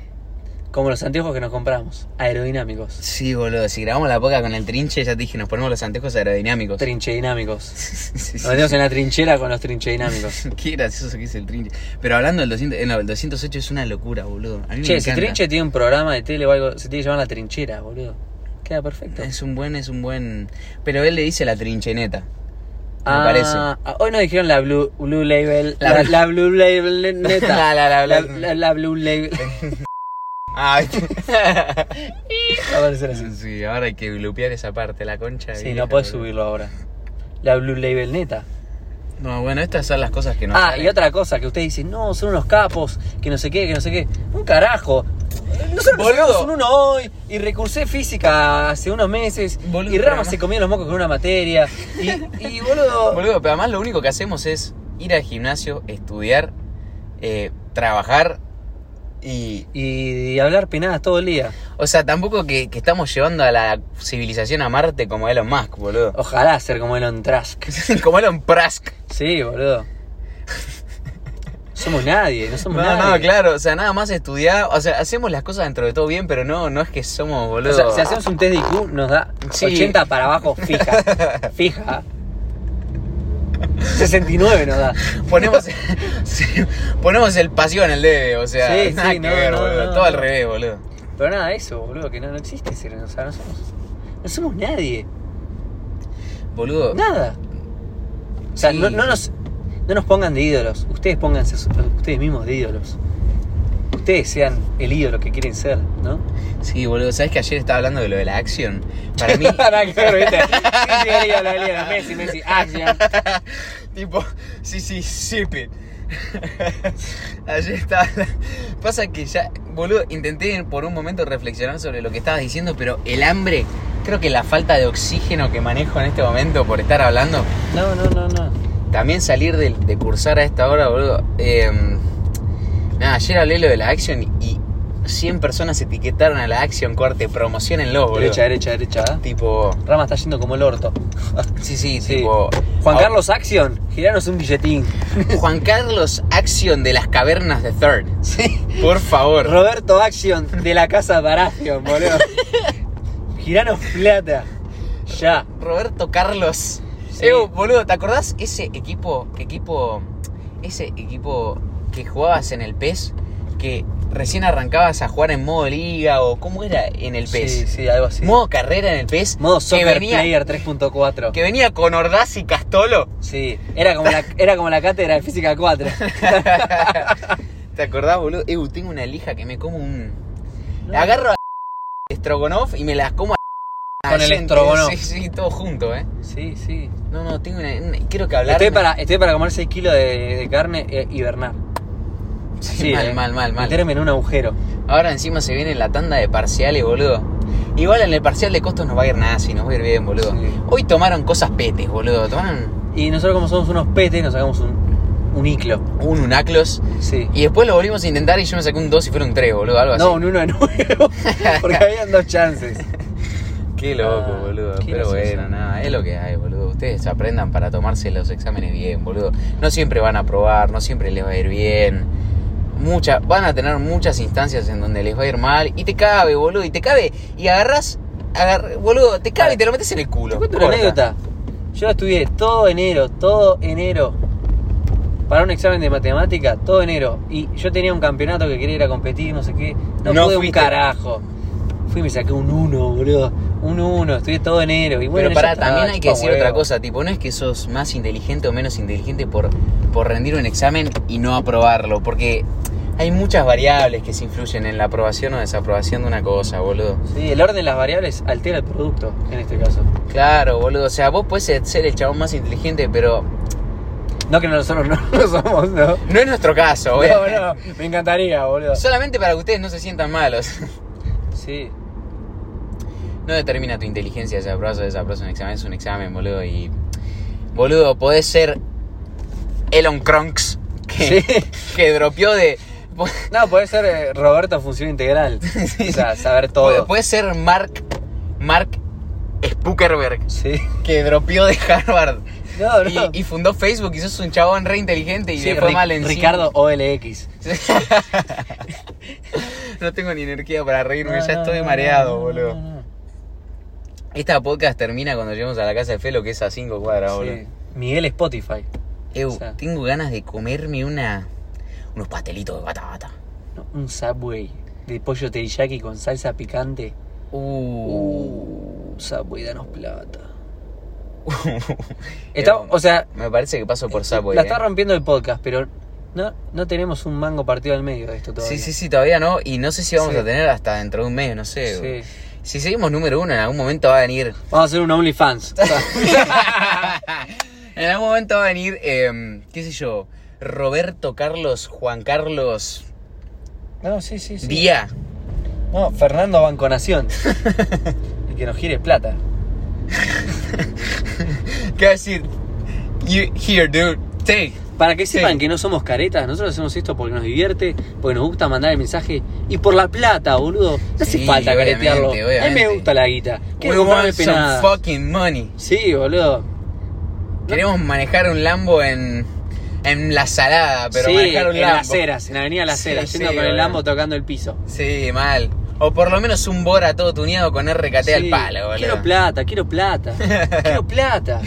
Speaker 2: como los anteojos que nos compramos, aerodinámicos,
Speaker 1: Sí, boludo, si grabamos la poca con el trinche, ya te dije, nos ponemos los anteojos aerodinámicos.
Speaker 2: trinchedinámicos.
Speaker 1: Sí, sí,
Speaker 2: Nos metemos en la trinchera con los trinchedinámicos.
Speaker 1: sí. Qué gracioso que es el trinche. Pero hablando del 200, eh, no, el 208 es una locura, boludo. A mí me
Speaker 2: Che, si
Speaker 1: encanta.
Speaker 2: Trinche tiene un programa de tele o algo, se tiene que llamar la trinchera, boludo. Queda perfecto.
Speaker 1: Es un buen, es un buen. Pero él le dice la trincheneta. Me
Speaker 2: Ah,
Speaker 1: parece.
Speaker 2: ah, Hoy nos dijeron la Blue, blue Label.
Speaker 1: La
Speaker 2: La,
Speaker 1: Blue-
Speaker 2: la Blue Label, neta.
Speaker 1: La, la, la, la-
Speaker 2: la- la Blue Label.
Speaker 1: Ah,
Speaker 2: Va a parecer así.
Speaker 1: sí, ahora hay que bloquear esa parte, la concha.
Speaker 2: Sí,
Speaker 1: vieja,
Speaker 2: no puedes
Speaker 1: boludo.
Speaker 2: subirlo ahora. La Blue Label neta.
Speaker 1: No, bueno, estas son las cosas que nos.
Speaker 2: Ah,
Speaker 1: salen.
Speaker 2: y otra cosa que ustedes dicen, no, son unos capos, que no sé qué, que no sé qué. Un carajo. Nosotros nos
Speaker 1: Boludo.
Speaker 2: sacamos un uno hoy y recursé física hace unos meses
Speaker 1: Boludo,
Speaker 2: y
Speaker 1: pero
Speaker 2: Rama
Speaker 1: además-
Speaker 2: se comía los mocos con una materia y, y, boludo,
Speaker 1: Boludo, pero además lo único que hacemos es ir al gimnasio, estudiar, eh, trabajar y.
Speaker 2: y, y hablar penadas todo el día.
Speaker 1: O sea, tampoco que, que estamos llevando a la civilización a Marte como Elon Musk, boludo.
Speaker 2: Ojalá ser como Elon Trask.
Speaker 1: como Elon Prask.
Speaker 2: Sí, boludo. Somos nadie, no somos
Speaker 1: No,
Speaker 2: nadie.
Speaker 1: no, claro, o sea, nada más estudiar, o sea, hacemos las cosas dentro de todo bien, pero no, no es que somos,
Speaker 2: O
Speaker 1: boludo.
Speaker 2: sea, si hacemos un test de IQ, nos da
Speaker 1: Sí.
Speaker 2: 80 para abajo fija. Fija. 69 nos da.
Speaker 1: Ponemos, sí, ponemos el pasión en el debe, o sea,
Speaker 2: Sí,
Speaker 1: nada
Speaker 2: sí,
Speaker 1: que
Speaker 2: no,
Speaker 1: ver,
Speaker 2: no,
Speaker 1: boludo,
Speaker 2: no,
Speaker 1: todo al
Speaker 2: no.
Speaker 1: revés, boludo.
Speaker 2: Pero nada, eso, boludo, que no, no existe ese, o sea, no somos, no somos nadie.
Speaker 1: Boludo,
Speaker 2: Nada. O sea,
Speaker 1: Sí.
Speaker 2: no, no nos, no nos pongan de ídolos. Ustedes pónganse su- ustedes mismos de ídolos. Ustedes sean el ídolo que quieren ser, ¿no?
Speaker 1: sí, boludo, ¿sabes que ayer estaba hablando de lo de la acción? Para mí,
Speaker 2: Nada que ver, ¿viste? Sí, sí, ídolo, ídolo, Messi, Messi, Ah, action.
Speaker 1: tipo, sí, sí, zip it. Ayer estaba. Pasa que ya, boludo, intenté por un momento reflexionar sobre lo que estabas diciendo, pero el hambre, creo que la falta de oxígeno que manejo en este momento por estar hablando,
Speaker 2: No, no, no, no.
Speaker 1: también salir de, de cursar a esta hora, boludo. eh, nada, ayer hablé lo de la action y 100 personas etiquetaron a la action, corte, promocionenlo, boludo.
Speaker 2: Derecha, derecha, derecha. ¿ah?
Speaker 1: Tipo,
Speaker 2: Rama está yendo como el orto.
Speaker 1: sí, sí,
Speaker 2: Sí.
Speaker 1: tipo.
Speaker 2: Juan
Speaker 1: ah,
Speaker 2: Carlos Action, giranos un billetín.
Speaker 1: Juan Carlos Action de las cavernas de Third.
Speaker 2: Sí.
Speaker 1: Por favor.
Speaker 2: Roberto Action de la casa Baratheon, boludo. Giranos plata. Ya.
Speaker 1: Roberto Carlos.
Speaker 2: Sí.
Speaker 1: Evo, boludo, ¿te acordás ese equipo, que equipo, ese equipo que jugabas en el PES? que recién arrancabas a jugar en modo liga o cómo era en el E PES.
Speaker 2: Sí, sí, algo así.
Speaker 1: Modo carrera en el PES.
Speaker 2: Modo
Speaker 1: que
Speaker 2: Soccer
Speaker 1: venía,
Speaker 2: Player 3.4.
Speaker 1: que venía con Ordaz y Castolo.
Speaker 2: Sí, era como, la, era como la cátedra de física 4.
Speaker 1: ¿Te acordás, boludo? Eu, tengo una lija que me como un. La agarro a Strogonoff y me las como a.
Speaker 2: Con el
Speaker 1: Sí,
Speaker 2: Strogonoff.
Speaker 1: Sí, sí, todo junto, eh.
Speaker 2: Sí, sí.
Speaker 1: No, no, tengo una. una- quiero que hablar.
Speaker 2: Estoy para, estoy para comer 6 kilos de, de carne e hibernar.
Speaker 1: Sí,
Speaker 2: Sí,
Speaker 1: mal,
Speaker 2: eh.
Speaker 1: mal, mal, mal.
Speaker 2: Meterme en un agujero.
Speaker 1: Ahora encima se viene la tanda de parciales, boludo. Igual en el parcial de costos no va a ir nada, si nos va a ir bien, boludo.
Speaker 2: Sí.
Speaker 1: Hoy tomaron cosas petes, boludo. Tomaron
Speaker 2: Y nosotros como somos unos petes, nos sacamos un, un iclo.
Speaker 1: un unaclos
Speaker 2: Sí.
Speaker 1: y después lo volvimos a intentar y yo me saqué un 2 y fueron un 3, boludo. Algo
Speaker 2: No,
Speaker 1: así.
Speaker 2: un uno de nuevo. Porque habían dos chances.
Speaker 1: Qué loco,
Speaker 2: Ah,
Speaker 1: boludo.
Speaker 2: qué
Speaker 1: Pero
Speaker 2: gracioso.
Speaker 1: bueno, nada, es lo que hay, boludo. Ustedes aprendan para tomarse los exámenes bien, boludo. No siempre van a probar, no siempre les va a ir bien. Mucha, van a tener muchas instancias en donde les va a ir mal. Y te cabe, boludo. Y te cabe. Y agarras, boludo, te cabe y te lo metes en el culo.
Speaker 2: Te cuento una
Speaker 1: Corta.
Speaker 2: anécdota. Yo estudié todo enero, todo enero. Para un examen de matemática, todo enero. Y yo tenía un campeonato que quería ir a competir, no sé qué. No,
Speaker 1: No
Speaker 2: pude
Speaker 1: fuiste.
Speaker 2: un carajo. Fui y me saqué un 1, boludo. Un 1, estudié todo enero. Y bueno,
Speaker 1: Pero
Speaker 2: ya
Speaker 1: pará,
Speaker 2: está,
Speaker 1: también hay que
Speaker 2: chupa
Speaker 1: decir
Speaker 2: huevo.
Speaker 1: otra cosa, tipo, no es que sos más inteligente o menos inteligente por, por rendir un examen y no aprobarlo, porque hay muchas variables que se influyen en la aprobación o desaprobación de una cosa, boludo.
Speaker 2: Sí, el orden de las variables altera el producto, en este caso.
Speaker 1: Claro, boludo, o sea, vos puedes ser el chabón más inteligente, pero
Speaker 2: No que nosotros no lo somos, ¿no?
Speaker 1: no es nuestro caso,
Speaker 2: No,
Speaker 1: obviamente.
Speaker 2: no, me encantaría, boludo.
Speaker 1: Solamente para que ustedes no se sientan malos.
Speaker 2: Sí,
Speaker 1: No determina tu inteligencia si apruebas o desaprobas un examen, es un examen, boludo, y... Boludo, podés ser Elon Kronks, que, que dropeó de...
Speaker 2: No, puede ser eh, Roberto Función Integral. O sea, saber todo.
Speaker 1: Puede, puede ser Mark. Mark Zuckerberg,
Speaker 2: Sí.
Speaker 1: que dropeó de Harvard
Speaker 2: No, no.
Speaker 1: y, y fundó Facebook y sos un chabón re inteligente y
Speaker 2: Ah, Sí,
Speaker 1: le fue
Speaker 2: Ric-
Speaker 1: mal en sí.
Speaker 2: Ricardo OLX.
Speaker 1: No tengo ni energía para reírme,
Speaker 2: No,
Speaker 1: ya
Speaker 2: no,
Speaker 1: estoy
Speaker 2: no,
Speaker 1: mareado,
Speaker 2: no, no,
Speaker 1: boludo.
Speaker 2: no, no.
Speaker 1: Esta podcast termina cuando lleguemos a la casa de Felo, que es a 5 cuadras,
Speaker 2: Sí.
Speaker 1: boludo.
Speaker 2: Miguel Spotify.
Speaker 1: Eu,
Speaker 2: O sea.
Speaker 1: tengo ganas de comerme una. unos pastelitos de batata.
Speaker 2: No, un Subway de pollo teriyaki con salsa picante. Uh, Subway, danos plata. Está- o sea,
Speaker 1: Me parece que paso por Subway.
Speaker 2: la
Speaker 1: eh.
Speaker 2: está rompiendo el podcast, pero no, no tenemos un mango partido al medio de esto todavía.
Speaker 1: Sí, sí, sí, todavía no. Y no sé si vamos
Speaker 2: Sí.
Speaker 1: a tener hasta dentro de un mes, no sé.
Speaker 2: Sí.
Speaker 1: Si seguimos número uno, en algún momento va a venir.
Speaker 2: Vamos a hacer un OnlyFans. O sea,
Speaker 1: en algún momento va a venir, em, qué sé yo, Roberto Carlos, Juan Carlos
Speaker 2: no, sí, sí, sí.
Speaker 1: Díaz.
Speaker 2: No, Fernando Banconación. y que nos gire plata.
Speaker 1: ¿Qué va a decir? You, here, dude, take.
Speaker 2: Para que sepan
Speaker 1: Sí.
Speaker 2: que no somos caretas, nosotros hacemos esto porque nos divierte, porque nos gusta mandar el mensaje y por la plata, boludo. No hace
Speaker 1: Sí,
Speaker 2: falta
Speaker 1: obviamente,
Speaker 2: caretearlo. A mí
Speaker 1: obviamente.
Speaker 2: me gusta la guita.
Speaker 1: We
Speaker 2: Quiero comprarme
Speaker 1: want some
Speaker 2: penadas.
Speaker 1: fucking money.
Speaker 2: Sí, boludo.
Speaker 1: Queremos manejar un Lambo en, en la salada, pero
Speaker 2: sí,
Speaker 1: manejar un
Speaker 2: en
Speaker 1: Lambo.
Speaker 2: las Heras, en Avenida Las
Speaker 1: Sí,
Speaker 2: Heras,
Speaker 1: sí,
Speaker 2: yendo con el
Speaker 1: boludo.
Speaker 2: Lambo tocando el piso.
Speaker 1: Sí, mal. O por lo menos un Bora todo tuneado con RKT al
Speaker 2: Sí,
Speaker 1: palo, boludo.
Speaker 2: Quiero plata, quiero plata. quiero plata.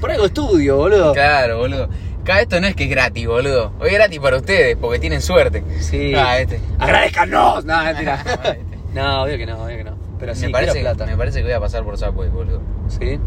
Speaker 2: Por algo estudio, boludo.
Speaker 1: Claro, boludo. Cada esto no es que es gratis, boludo. Hoy es gratis para ustedes, porque tienen suerte.
Speaker 2: Sí.
Speaker 1: Ah, este.
Speaker 2: ¡Agradezcanos! No, mentira.
Speaker 1: Ah, este.
Speaker 2: no, obvio que no, obvio que no. Pero sí,
Speaker 1: me, parece,
Speaker 2: quiero plata.
Speaker 1: me parece que voy a pasar por Subway, boludo.
Speaker 2: ¿Sí?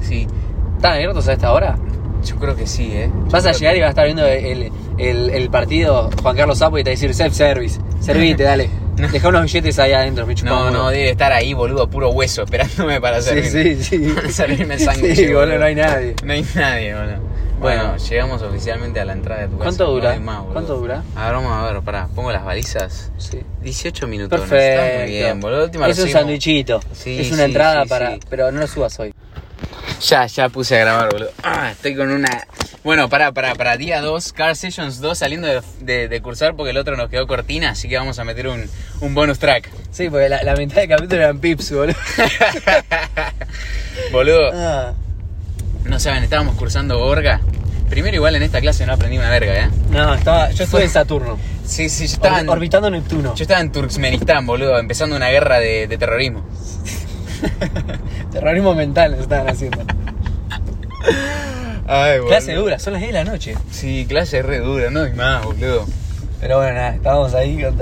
Speaker 1: Sí,
Speaker 2: ¿Están abiertos a esta hora?
Speaker 1: yo creo que sí, ¿eh? Yo
Speaker 2: Vas a
Speaker 1: creo
Speaker 2: llegar
Speaker 1: que-
Speaker 2: y vas a estar viendo el, el- el partido Juan Carlos Sapo y te va a decir self-service. Servite, dale. Deja unos billetes ahí adentro, me chupa
Speaker 1: No,
Speaker 2: un huevo.
Speaker 1: no, debe estar ahí, boludo, puro hueso, esperándome para
Speaker 2: Sí,
Speaker 1: servirme.
Speaker 2: sí, sí.
Speaker 1: Para servirme el sándwich,
Speaker 2: Sí, boludo, no hay nadie.
Speaker 1: No hay nadie, boludo. Bueno,
Speaker 2: Bueno.
Speaker 1: llegamos oficialmente a la entrada de tu casa.
Speaker 2: ¿Cuánto
Speaker 1: No
Speaker 2: dura?
Speaker 1: hay más, boludo.
Speaker 2: ¿Cuánto dura?
Speaker 1: A ver, vamos a ver, pará, pongo las balizas.
Speaker 2: Sí.
Speaker 1: 18 minutos.
Speaker 2: Perfecto.
Speaker 1: Está muy bien, boludo. La última
Speaker 2: es un
Speaker 1: recibimos-
Speaker 2: sandwichito.
Speaker 1: Sí,
Speaker 2: es una
Speaker 1: sí,
Speaker 2: entrada
Speaker 1: sí,
Speaker 2: para.
Speaker 1: sí.
Speaker 2: Pero no lo subas hoy.
Speaker 1: Ya, ya puse a grabar, boludo. Ah, estoy con una. Bueno, para, para, para día 2, Car Sessions 2 saliendo de, de- de cursar porque el otro nos quedó cortina, así que vamos a meter un, un bonus track.
Speaker 2: Sí, porque la, la mitad del capítulo eran pips, boludo.
Speaker 1: Boludo,
Speaker 2: Ah,
Speaker 1: no saben, estábamos cursando Borga. Primero, igual en esta clase no aprendí una verga, ¿eh?
Speaker 2: no, estaba. Yo estuve en Saturno.
Speaker 1: Sí, sí, yo estaba,
Speaker 2: Or-
Speaker 1: en,
Speaker 2: orbitando Neptuno.
Speaker 1: yo estaba en Turkmenistán, boludo, empezando una guerra de, de terrorismo.
Speaker 2: Terrorismo mental nos estaban haciendo.
Speaker 1: Ay,
Speaker 2: Clase dura, son las 10 de la noche.
Speaker 1: Sí, clase re dura, no hay más, boludo.
Speaker 2: Pero bueno, nada, estábamos ahí con...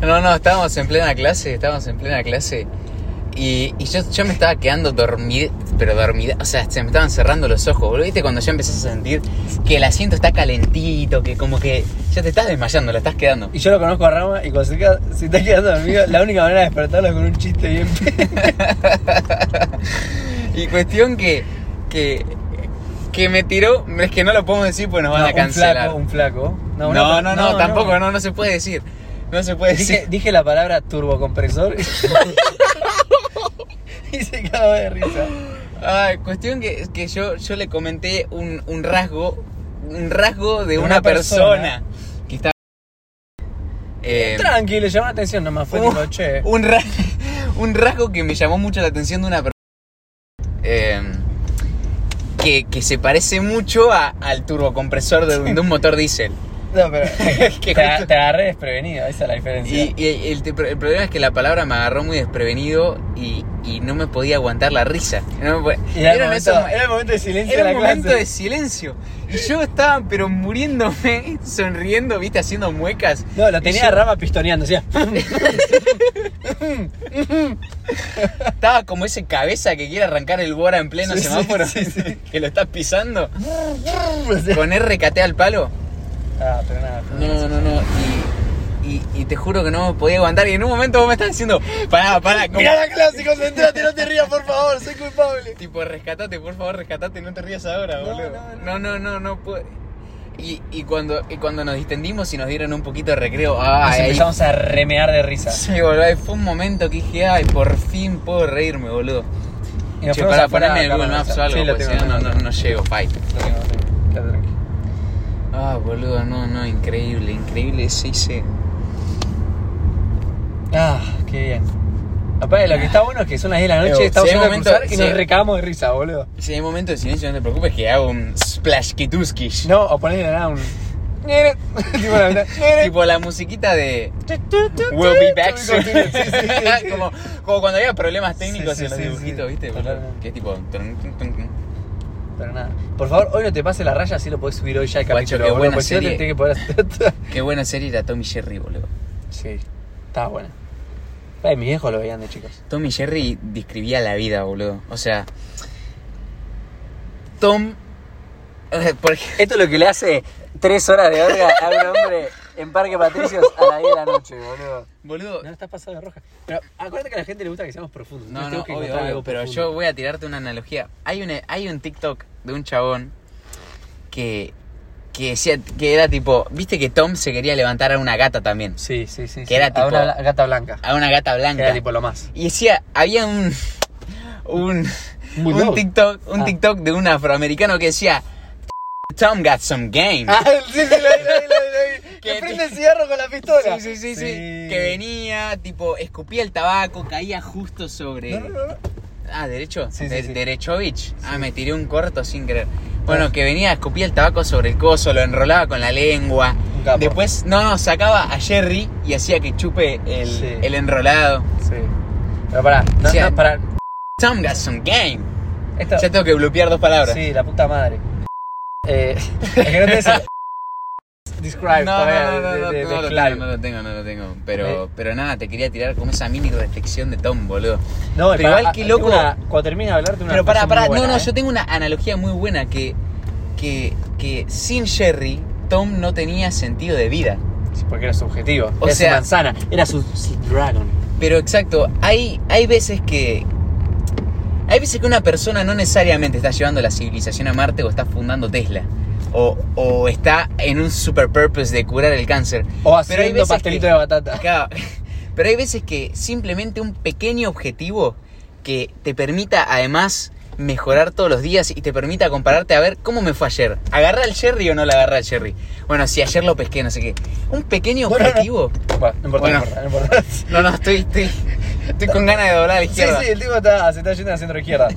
Speaker 1: No, no, estábamos en plena clase, estábamos en plena clase. Y, y yo, yo me estaba quedando dormida, pero dormida, o sea, se me estaban cerrando los ojos, boludo. ¿Viste cuando ya empezás a sentir que el asiento está calentito, que como que ya te estás desmayando, la estás quedando?
Speaker 2: Y yo lo conozco a Rama y cuando se, queda, se está quedando dormido, la única manera de despertarlo es con un chiste bien... pe-
Speaker 1: Y cuestión que, que, que me tiró, es que no lo podemos decir porque nos van
Speaker 2: No,
Speaker 1: a cancelar.
Speaker 2: Un flaco, un flaco.
Speaker 1: No,
Speaker 2: una
Speaker 1: no,
Speaker 2: per-
Speaker 1: no, tampoco, no, no se puede decir. No se puede
Speaker 2: Dije,
Speaker 1: decir.
Speaker 2: dije la palabra turbocompresor y se cagó de risa.
Speaker 1: Ay, cuestión que, que yo, yo le comenté un, un rasgo, un rasgo de, una,
Speaker 2: una
Speaker 1: persona,
Speaker 2: persona.
Speaker 1: que estaba... Eh,
Speaker 2: Tranquilo, llamó la atención nomás, fue
Speaker 1: Uh,
Speaker 2: tipo, che.
Speaker 1: un, ra- un rasgo que me llamó mucho la atención de una persona que, que se parece mucho a- al turbocompresor de, un- de un motor diésel.
Speaker 2: No, pero.
Speaker 1: Que
Speaker 2: te, te
Speaker 1: justo-
Speaker 2: agarré desprevenido, esa es la diferencia.
Speaker 1: Y, y el, te- el problema es que la palabra me agarró muy desprevenido y, y no me podía aguantar la risa. No me podía-
Speaker 2: Y era, el
Speaker 1: Eran
Speaker 2: momento,
Speaker 1: esos-
Speaker 2: era el momento de silencio
Speaker 1: era
Speaker 2: de
Speaker 1: un
Speaker 2: la
Speaker 1: momento
Speaker 2: clase.
Speaker 1: de silencio. Y yo estaba pero muriéndome, sonriendo, viste, haciendo muecas.
Speaker 2: No, lo
Speaker 1: Y
Speaker 2: tenía
Speaker 1: yo
Speaker 2: Rama pistoneando, decía.
Speaker 1: Estaba como ese cabeza que quiere arrancar el Bora en pleno
Speaker 2: Sí, sí,
Speaker 1: semáforo.
Speaker 2: sí, sí.
Speaker 1: Que lo estás pisando.
Speaker 2: o sea.
Speaker 1: Con RKT al palo.
Speaker 2: Ah, pero nada. pero
Speaker 1: No,
Speaker 2: nada.
Speaker 1: no, no. Y, y- y te juro que no me podía aguantar. Y en un momento vos me estás diciendo, pará, pará. como-
Speaker 2: Mirá la clase, concentrate, no te rías, por favor, soy culpable.
Speaker 1: Tipo, rescatate, por favor, rescatate, no te rías ahora,
Speaker 2: No,
Speaker 1: boludo. No,
Speaker 2: no,
Speaker 1: no,
Speaker 2: no.
Speaker 1: no, no puedo. Y, y cuando, y cuando nos distendimos y nos dieron un poquito de recreo, ah,
Speaker 2: Nos
Speaker 1: ahí-
Speaker 2: empezamos a remear de risa.
Speaker 1: Sí, boludo, ahí fue un momento que dije, ay, por fin puedo reírme, boludo.
Speaker 2: Y nos
Speaker 1: Che,
Speaker 2: fuimos
Speaker 1: pará,
Speaker 2: afuera
Speaker 1: poneme el
Speaker 2: a
Speaker 1: Google
Speaker 2: cámara
Speaker 1: Maps o
Speaker 2: de
Speaker 1: algo,
Speaker 2: sí, lo
Speaker 1: porque si
Speaker 2: tengo,
Speaker 1: no, no,
Speaker 2: lo
Speaker 1: no,
Speaker 2: tengo.
Speaker 1: no llego, bye.
Speaker 2: Lo tengo, lo tengo. Quédate tranquilo.
Speaker 1: Ah, boludo, no, no, increíble, increíble, sí, sí.
Speaker 2: Ah, qué bien. Aparte, lo que está bueno es que son las 10 de la noche,
Speaker 1: Evo,
Speaker 2: estamos
Speaker 1: Eh, si hay
Speaker 2: yendo a
Speaker 1: momento-
Speaker 2: cruzar y
Speaker 1: sí.
Speaker 2: nos recagamos de risa, boludo.
Speaker 1: Si hay momento de silencio, no te preocupes que hago un splash kituskish.
Speaker 2: No, o ponés de la nada un. tipo la verdad.
Speaker 1: Tipo la musiquita de We'll
Speaker 2: We'll
Speaker 1: be back soon.
Speaker 2: Sí, sí, sí.
Speaker 1: como, como cuando había problemas técnicos
Speaker 2: Sí, sí,
Speaker 1: en los
Speaker 2: sí,
Speaker 1: dibujitos,
Speaker 2: sí.
Speaker 1: ¿viste?
Speaker 2: Totalmente.
Speaker 1: Que es tipo. tun, tun, tun, tun.
Speaker 2: Pero nada. Por favor, hoy no te pases la raya, así lo podés subir hoy ya el
Speaker 1: Guacho,
Speaker 2: capítulo.
Speaker 1: qué
Speaker 2: boludo,
Speaker 1: buena
Speaker 2: porque si no te
Speaker 1: serie.
Speaker 2: tenés que poder hacer-
Speaker 1: Qué buena serie era Tommy Jerry, boludo.
Speaker 2: Sí, estaba buena. Ay, mis viejos lo veían de chicos.
Speaker 1: Tommy Jerry describía la vida, boludo. O sea. Tom. Por ejemplo.
Speaker 2: Esto es lo que le hace 3 horas de verga a un hombre en Parque Patricios a las 10 de la noche, boludo.
Speaker 1: Boludo.
Speaker 2: No, estás pasado de roja. Pero acuérdate que a la gente le gusta que seamos profundos.
Speaker 1: No,
Speaker 2: entonces
Speaker 1: no,
Speaker 2: tengo que
Speaker 1: obvio,
Speaker 2: encontrar
Speaker 1: obvio,
Speaker 2: algo
Speaker 1: pero
Speaker 2: profundo.
Speaker 1: yo voy a tirarte una analogía. Hay un, hay un TikTok de un chabón que, que, decía- que era tipo, viste que Tom se quería levantar a una gata también,
Speaker 2: Sí, sí, sí.
Speaker 1: Que
Speaker 2: sí.
Speaker 1: era
Speaker 2: A
Speaker 1: tipo-
Speaker 2: una bla- gata blanca.
Speaker 1: a una gata
Speaker 2: Que
Speaker 1: blanca.
Speaker 2: era tipo lo más.
Speaker 1: Y decía, había un, un,
Speaker 2: Un
Speaker 1: un
Speaker 2: bulldog.
Speaker 1: TikTok, un
Speaker 2: Ah.
Speaker 1: TikTok de un afroamericano que decía, Tom got some game.
Speaker 2: Ah, sí, sí, lo vi, lo vi, lo vi.
Speaker 1: Que prende
Speaker 2: el cigarro con la pistola.
Speaker 1: Sí, sí, sí, sí, Que venía, tipo, escupía el tabaco, caía justo sobre...
Speaker 2: No, no, no, no.
Speaker 1: Ah, derecho.
Speaker 2: Sí, sí,
Speaker 1: De-
Speaker 2: sí.
Speaker 1: Derechovich. Ah, me tiré un corto sin querer. Bueno,
Speaker 2: Ah.
Speaker 1: que venía, escupía el tabaco sobre el coso, lo enrolaba con la lengua.
Speaker 2: Un capo.
Speaker 1: Después, no, no, sacaba a Jerry y hacía que chupe el,
Speaker 2: Sí.
Speaker 1: el enrolado.
Speaker 2: Sí. Pero pará, no,
Speaker 1: Sí, eh.
Speaker 2: no, pará.
Speaker 1: Tom got some game.
Speaker 2: Esto.
Speaker 1: Ya tengo que bloquear dos palabras.
Speaker 2: Sí, la puta madre. Eh, es que no te dice. Describe,
Speaker 1: No, no,
Speaker 2: todavía,
Speaker 1: no, no,
Speaker 2: de-
Speaker 1: no,
Speaker 2: de- de-
Speaker 1: no lo
Speaker 2: describe.
Speaker 1: tengo, no lo tengo, no lo tengo.
Speaker 2: Eh.
Speaker 1: Pero, pero nada, te quería tirar como esa mini reflexión de Tom, boludo. Pero
Speaker 2: No, pará,
Speaker 1: igual que
Speaker 2: tengo
Speaker 1: loco-
Speaker 2: una- cuando termina de hablar, tengo una
Speaker 1: Pero pará,
Speaker 2: frase muy
Speaker 1: pará,
Speaker 2: buena,
Speaker 1: no, no,
Speaker 2: ¿eh?
Speaker 1: yo tengo una analogía muy buena que, que, que sin Jerry, Tom no tenía sentido de vida.
Speaker 2: Sí, Porque era su objetivo.
Speaker 1: O
Speaker 2: era
Speaker 1: sea-
Speaker 2: su manzana. Era su, su dragon.
Speaker 1: Pero exacto, hay, hay veces que. Hay veces que una persona no necesariamente está llevando la civilización a Marte o está fundando Tesla. O, o está en un super purpose de curar el cáncer.
Speaker 2: O
Speaker 1: Pero hay
Speaker 2: haciendo
Speaker 1: veces
Speaker 2: pastelito
Speaker 1: que-
Speaker 2: de batata.
Speaker 1: Claro, Pero hay veces que simplemente un pequeño objetivo que te permita además mejorar todos los días y te permita compararte a ver cómo me fue ayer. ¿Agarré al Jerry o no le agarré al Jerry? Bueno, si ayer lo pesqué, no sé qué. Un pequeño
Speaker 2: Bueno, no.
Speaker 1: objetivo.
Speaker 2: Bueno, no importa,
Speaker 1: Bueno.
Speaker 2: no importa, no importa.
Speaker 1: No, no, estoy, estoy, estoy con ganas de doblar a la
Speaker 2: Sí,
Speaker 1: izquierda.
Speaker 2: sí, el tipo está, se está yendo a la centro izquierda.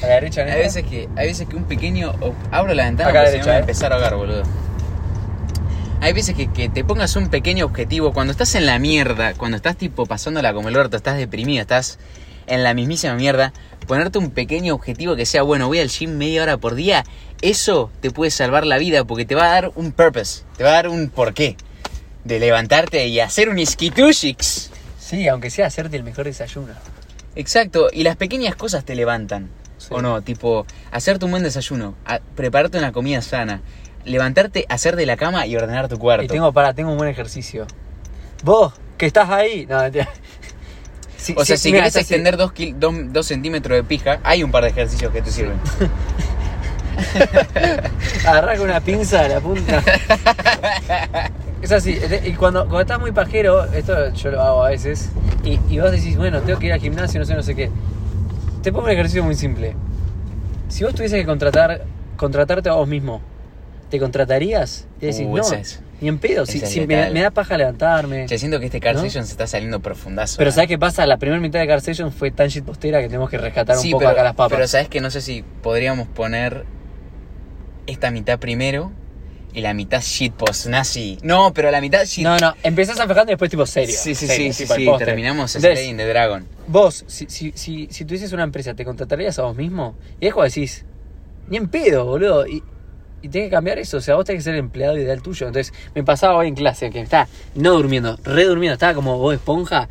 Speaker 2: A la derecha, ¿no?
Speaker 1: Hay veces que, hay veces que un pequeño. o- abro la ventana porque
Speaker 2: Acá a la
Speaker 1: si no me
Speaker 2: derecha,
Speaker 1: voy a
Speaker 2: eh.
Speaker 1: empezar a ahogar, boludo. Hay veces que, que te pongas un pequeño objetivo. Cuando estás en la mierda, cuando estás tipo pasándola como el orto, estás deprimido, estás en la mismísima mierda. ponerte un pequeño objetivo que sea, bueno, voy al gym media hora por día, eso te puede salvar la vida porque te va a dar un purpose, te va a dar un porqué de levantarte y hacer un iskitushix.
Speaker 2: Sí, aunque sea hacerte el mejor desayuno.
Speaker 1: Exacto, y las pequeñas cosas te levantan.
Speaker 2: Sí.
Speaker 1: O no, tipo, hacerte un buen desayuno, a- prepararte una comida sana, levantarte, hacer de la cama y ordenar tu cuarto.
Speaker 2: Y tengo, para, tengo un buen ejercicio. Vos, que estás ahí. No, mentira. Sí,
Speaker 1: o sea,
Speaker 2: sí,
Speaker 1: si
Speaker 2: mira,
Speaker 1: querés
Speaker 2: es así.
Speaker 1: extender 2 centímetros de pija, hay un par de ejercicios que te sirven.
Speaker 2: Agarrás con una pinza de la punta. Es así, de- y cuando, cuando estás muy pajero, esto yo lo hago a veces, y, y vos decís, bueno, tengo que ir al gimnasio, no sé, no sé qué. Te pongo un ejercicio muy simple. Si vos tuvieses que contratar, contratarte a vos mismo, ¿te contratarías? Y decís,
Speaker 1: Uh,
Speaker 2: no,
Speaker 1: esa es-
Speaker 2: ni en pedo, si,
Speaker 1: esa es
Speaker 2: si me,
Speaker 1: letal.
Speaker 2: me da paja levantarme.
Speaker 1: Che, siento que este Carl
Speaker 2: ¿No?
Speaker 1: Session se está saliendo profundazo.
Speaker 2: Pero
Speaker 1: ¿eh?
Speaker 2: ¿sabes qué pasa? La primera mitad de Car Session fue tan shit postera que tenemos que rescatar un
Speaker 1: Sí,
Speaker 2: poco
Speaker 1: pero,
Speaker 2: acá las papas.
Speaker 1: pero sabes que no sé si podríamos poner esta mitad primero y la mitad shitpost nazi. No, pero la mitad shit.
Speaker 2: No, no, empezás aflojando y después tipo serio.
Speaker 1: sí, sí, sí,
Speaker 2: serio,
Speaker 1: sí,
Speaker 2: tipo al
Speaker 1: sí,
Speaker 2: postre.
Speaker 1: terminamos en
Speaker 2: Entonces,
Speaker 1: Slaying the Dragon.
Speaker 2: Vos, si, si, si, si tuvieses una empresa, ¿te contratarías a vos mismo? Y es como decís, ni en pedo, boludo. Y, y tenés que cambiar eso. O sea, vos tenés que ser el empleado ideal tuyo. Entonces, me pasaba hoy en clase que estaba no durmiendo, re durmiendo. Estaba como vos, esponja.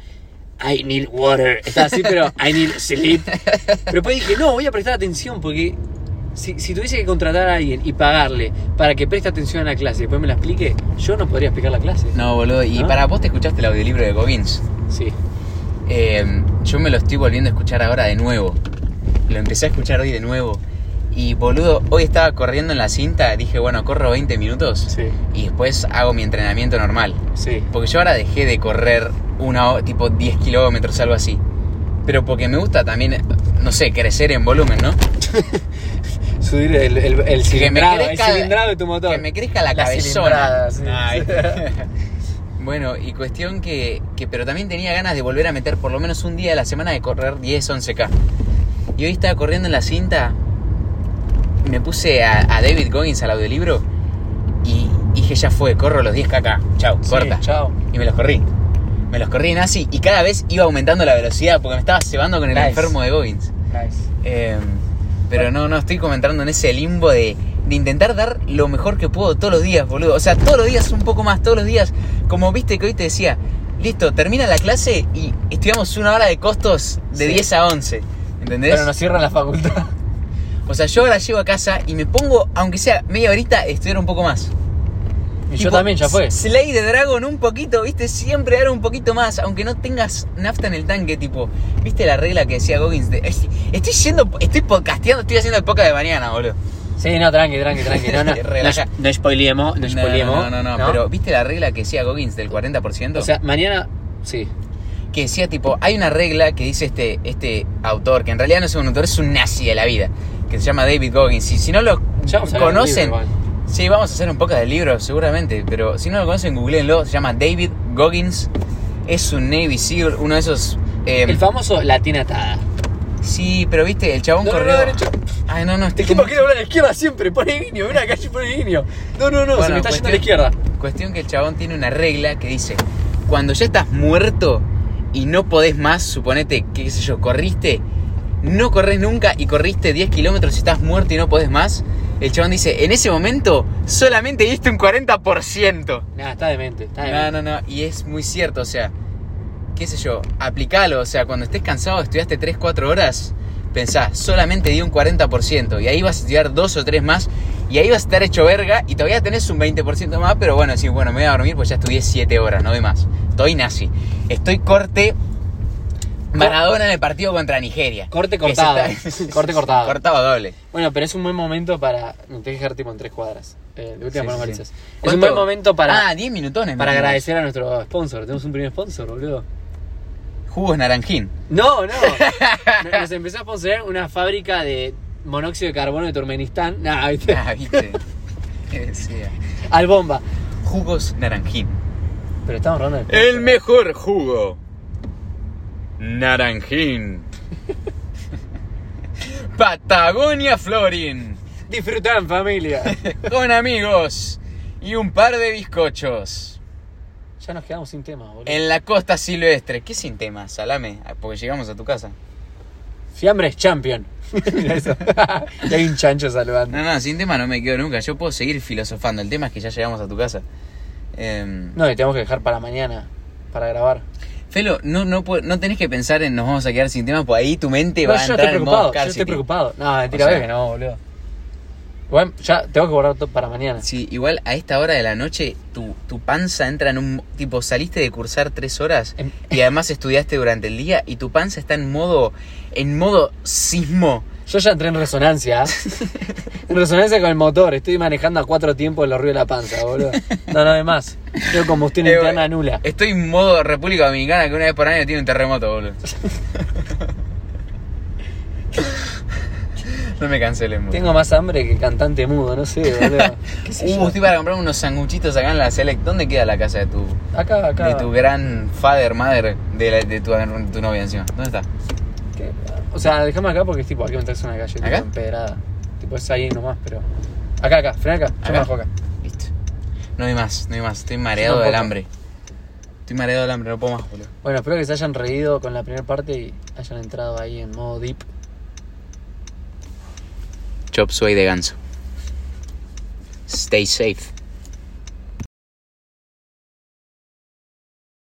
Speaker 2: I need water. Estaba así, pero I need sleep. Pero después dije, no, voy a prestar atención porque si, si tuviese que contratar a alguien y pagarle para que preste atención a la clase y después me la explique, yo no podría explicar la clase.
Speaker 1: No, boludo. Y
Speaker 2: ¿No?
Speaker 1: para vos te escuchaste el audiolibro de Goggins.
Speaker 2: Sí.
Speaker 1: Eh, yo me lo estoy volviendo a escuchar ahora de nuevo. Lo empecé a escuchar hoy de nuevo. Y boludo, hoy estaba corriendo en la cinta. Dije, bueno, corro 20 minutos.
Speaker 2: Sí.
Speaker 1: Y después hago mi entrenamiento normal.
Speaker 2: Sí.
Speaker 1: Porque yo ahora dejé de correr una ho- tipo 10 kilómetros, algo así. Pero porque me gusta también, no sé, crecer en volumen, ¿no?
Speaker 2: subir el, el, el
Speaker 1: Que me
Speaker 2: cilindrado, el
Speaker 1: crezca-
Speaker 2: cilindrado de tu motor.
Speaker 1: Que me crezca la,
Speaker 2: La
Speaker 1: cabezona.
Speaker 2: cilindrada, sí.
Speaker 1: Ay. bueno, y cuestión que, que- Pero también tenía ganas de volver a meter por lo menos un día a la semana de correr 10, 11K. Y hoy estaba corriendo en la cinta. Me puse a, a David Goggins al audiolibro. Y dije, ya fue, corro los 10K acá. Chau,
Speaker 2: Sí,
Speaker 1: corta.
Speaker 2: Chao.
Speaker 1: Y me los corrí. Me los corrí en así y cada vez iba aumentando la velocidad porque me estaba cebando con el
Speaker 2: Nice.
Speaker 1: enfermo de Goggins.
Speaker 2: Nice.
Speaker 1: Eh, pero no, no estoy comentando en ese limbo de, de intentar dar lo mejor que puedo todos los días, boludo. O sea, todos los días un poco más, todos los días. Como viste que hoy te decía, listo, termina la clase y estudiamos una hora de costos de
Speaker 2: Sí.
Speaker 1: 10 a 11. ¿Entendés?
Speaker 2: Pero nos cierran la facultad.
Speaker 1: O sea, yo ahora llego a casa y me pongo, aunque sea media horita, a estudiar un poco más.
Speaker 2: Y yo
Speaker 1: Tipo,
Speaker 2: también, ya fue.
Speaker 1: Slay de Dragon un poquito, viste, siempre dar un poquito más, aunque no tengas nafta en el tanque, tipo, viste la regla que decía Goggins de, estoy yendo, estoy podcasteando, estoy haciendo el podcast de mañana, boludo.
Speaker 2: Sí, no, tranqui, tranqui, tranqui. No, no.
Speaker 1: Relaja.
Speaker 2: No, no spoileemos, no spoileemos.
Speaker 1: no, no, no, pero viste la regla que decía Goggins del 40%?
Speaker 2: O sea, mañana. Sí.
Speaker 1: que decía tipo, hay una regla que dice este, este autor, que en realidad no es un autor, es un nazi de la vida, que se llama David Goggins. Y si no lo
Speaker 2: Ya vamos a hablar del
Speaker 1: conocen,
Speaker 2: libro igual.
Speaker 1: Sí, vamos a hacer un podcast del libro, seguramente, pero si no lo conocen, googleenlo. Se llama David Goggins. Es un Navy SEAL, uno de esos. eh,
Speaker 2: El famoso latina atada.
Speaker 1: sí, pero viste, el chabón
Speaker 2: No, no,
Speaker 1: corrió.
Speaker 2: no, derecho.
Speaker 1: Ay, no, no, estoy
Speaker 2: El tipo
Speaker 1: como-
Speaker 2: quiere hablar a la izquierda siempre, pone guiño, ven acá y pone guiño. No, no, no, se
Speaker 1: Bueno,
Speaker 2: me está yendo a
Speaker 1: cuestión-
Speaker 2: la izquierda.
Speaker 1: Cuestión que el chabón tiene una regla que dice: cuando ya estás muerto y no podés más, suponete, qué sé yo, corriste, no corres nunca y corriste 10 kilómetros y estás muerto y no podés más. El chabón dice: en ese momento solamente diste un 40%.
Speaker 2: Nah, está demente, está
Speaker 1: No,
Speaker 2: demente.
Speaker 1: no, no, y es muy cierto, o sea, qué sé yo, aplicalo, o sea, cuando estés cansado, estudiaste 3, 4 horas, pensá, solamente di un 40%, y ahí vas a estudiar 2 o 3 más, y ahí vas a estar hecho verga, y todavía tenés un 20% más, pero bueno, sí, bueno, me voy a dormir, pues ya estudié 7 horas, no doy más. Estoy nazi, estoy corte Maradona en el partido contra Nigeria.
Speaker 2: Corte
Speaker 1: Que se
Speaker 2: cortado,
Speaker 1: está-
Speaker 2: corte cortado.
Speaker 1: Cortado doble.
Speaker 2: Bueno, pero es un buen momento para. No te dejar tipo en tres cuadras. Eh, de última
Speaker 1: Sí,
Speaker 2: ponemos
Speaker 1: sí,
Speaker 2: listas.
Speaker 1: sí.
Speaker 2: Es un
Speaker 1: ¿Cuánto?
Speaker 2: buen momento para.
Speaker 1: Ah, 10 minutones. me
Speaker 2: Para
Speaker 1: mandás.
Speaker 2: agradecer a nuestro sponsor, tenemos un primer sponsor, boludo.
Speaker 1: Jugos naranjín.
Speaker 2: No, no. Nos empezó a sponsorar una fábrica de monóxido de carbono de Turmenistán. Nah, viste.
Speaker 1: Ah, viste. Qué decía.
Speaker 2: Al bomba.
Speaker 1: Jugos naranjín.
Speaker 2: Pero estamos hablando del
Speaker 1: El mejor jugo. Naranjín. Patagonia Florin.
Speaker 2: Disfrutan, familia.
Speaker 1: Con amigos y un par de bizcochos.
Speaker 2: ya nos quedamos sin tema, boludo.
Speaker 1: ah, En la costa silvestre. ¿Qué sin tema, Salame? Porque llegamos a tu casa.
Speaker 2: Fiambres champion. Mira eso. y hay un chancho saludando.
Speaker 1: No, no, sin tema no me quedo nunca. Yo puedo seguir filosofando. El tema es que ya llegamos a tu casa. Em,
Speaker 2: No, y tenemos que dejar para mañana, para grabar.
Speaker 1: Felo, no, no, puedo- no tenés que pensar en nos vamos a quedar sin tema, porque ahí tu mente
Speaker 2: No,
Speaker 1: va a
Speaker 2: yo
Speaker 1: entrar
Speaker 2: estoy
Speaker 1: en modo
Speaker 2: preocupado, yo
Speaker 1: scarcity.
Speaker 2: estoy preocupado. No, mentira,
Speaker 1: O sea-
Speaker 2: veo que no, boludo. Bueno, ya tengo que guardar todo para mañana.
Speaker 1: Sí, igual a esta hora de la noche tu, tu panza entra en un... Tipo, saliste de cursar tres horas
Speaker 2: Em-
Speaker 1: y además estudiaste durante el día y tu panza está en modo... En modo sismo.
Speaker 2: Yo ya entré en resonancia. en resonancia con el motor. Estoy manejando a cuatro tiempos los ruidos de la panza, boludo. No, no, además. Tengo combustión
Speaker 1: Eh,
Speaker 2: interna
Speaker 1: bueno.
Speaker 2: nula.
Speaker 1: Estoy en modo República Dominicana que una vez por año tiene un terremoto, boludo. no me cancelen, boludo.
Speaker 2: Tengo más hambre que cantante mudo, no sé, boludo. ¿Qué sé
Speaker 1: Uh,
Speaker 2: yo?
Speaker 1: estoy para comprar unos sanguchitos acá en la Select. ¿Dónde queda la casa de tu,
Speaker 2: Acá, acá.
Speaker 1: de tu gran father, mother, de, la- de tu, de tu novia encima? ¿Dónde está?
Speaker 2: ¿Qué? O sea, dejame acá porque es tipo, aquí me traes una calle
Speaker 1: ¿Acá?
Speaker 2: tipo, empedrada. Tipo, es ahí nomás, pero. Acá, acá, frena acá. Yo
Speaker 1: ¿Acá?
Speaker 2: me bajo acá.
Speaker 1: Listo. No hay más, no hay más. Estoy mareado
Speaker 2: Yo
Speaker 1: del
Speaker 2: tampoco.
Speaker 1: hambre. Estoy mareado del hambre, no puedo más, boludo.
Speaker 2: Bueno, espero que se hayan reído con la primera parte y hayan entrado ahí en modo deep.
Speaker 1: Chop suey de ganso. Stay safe.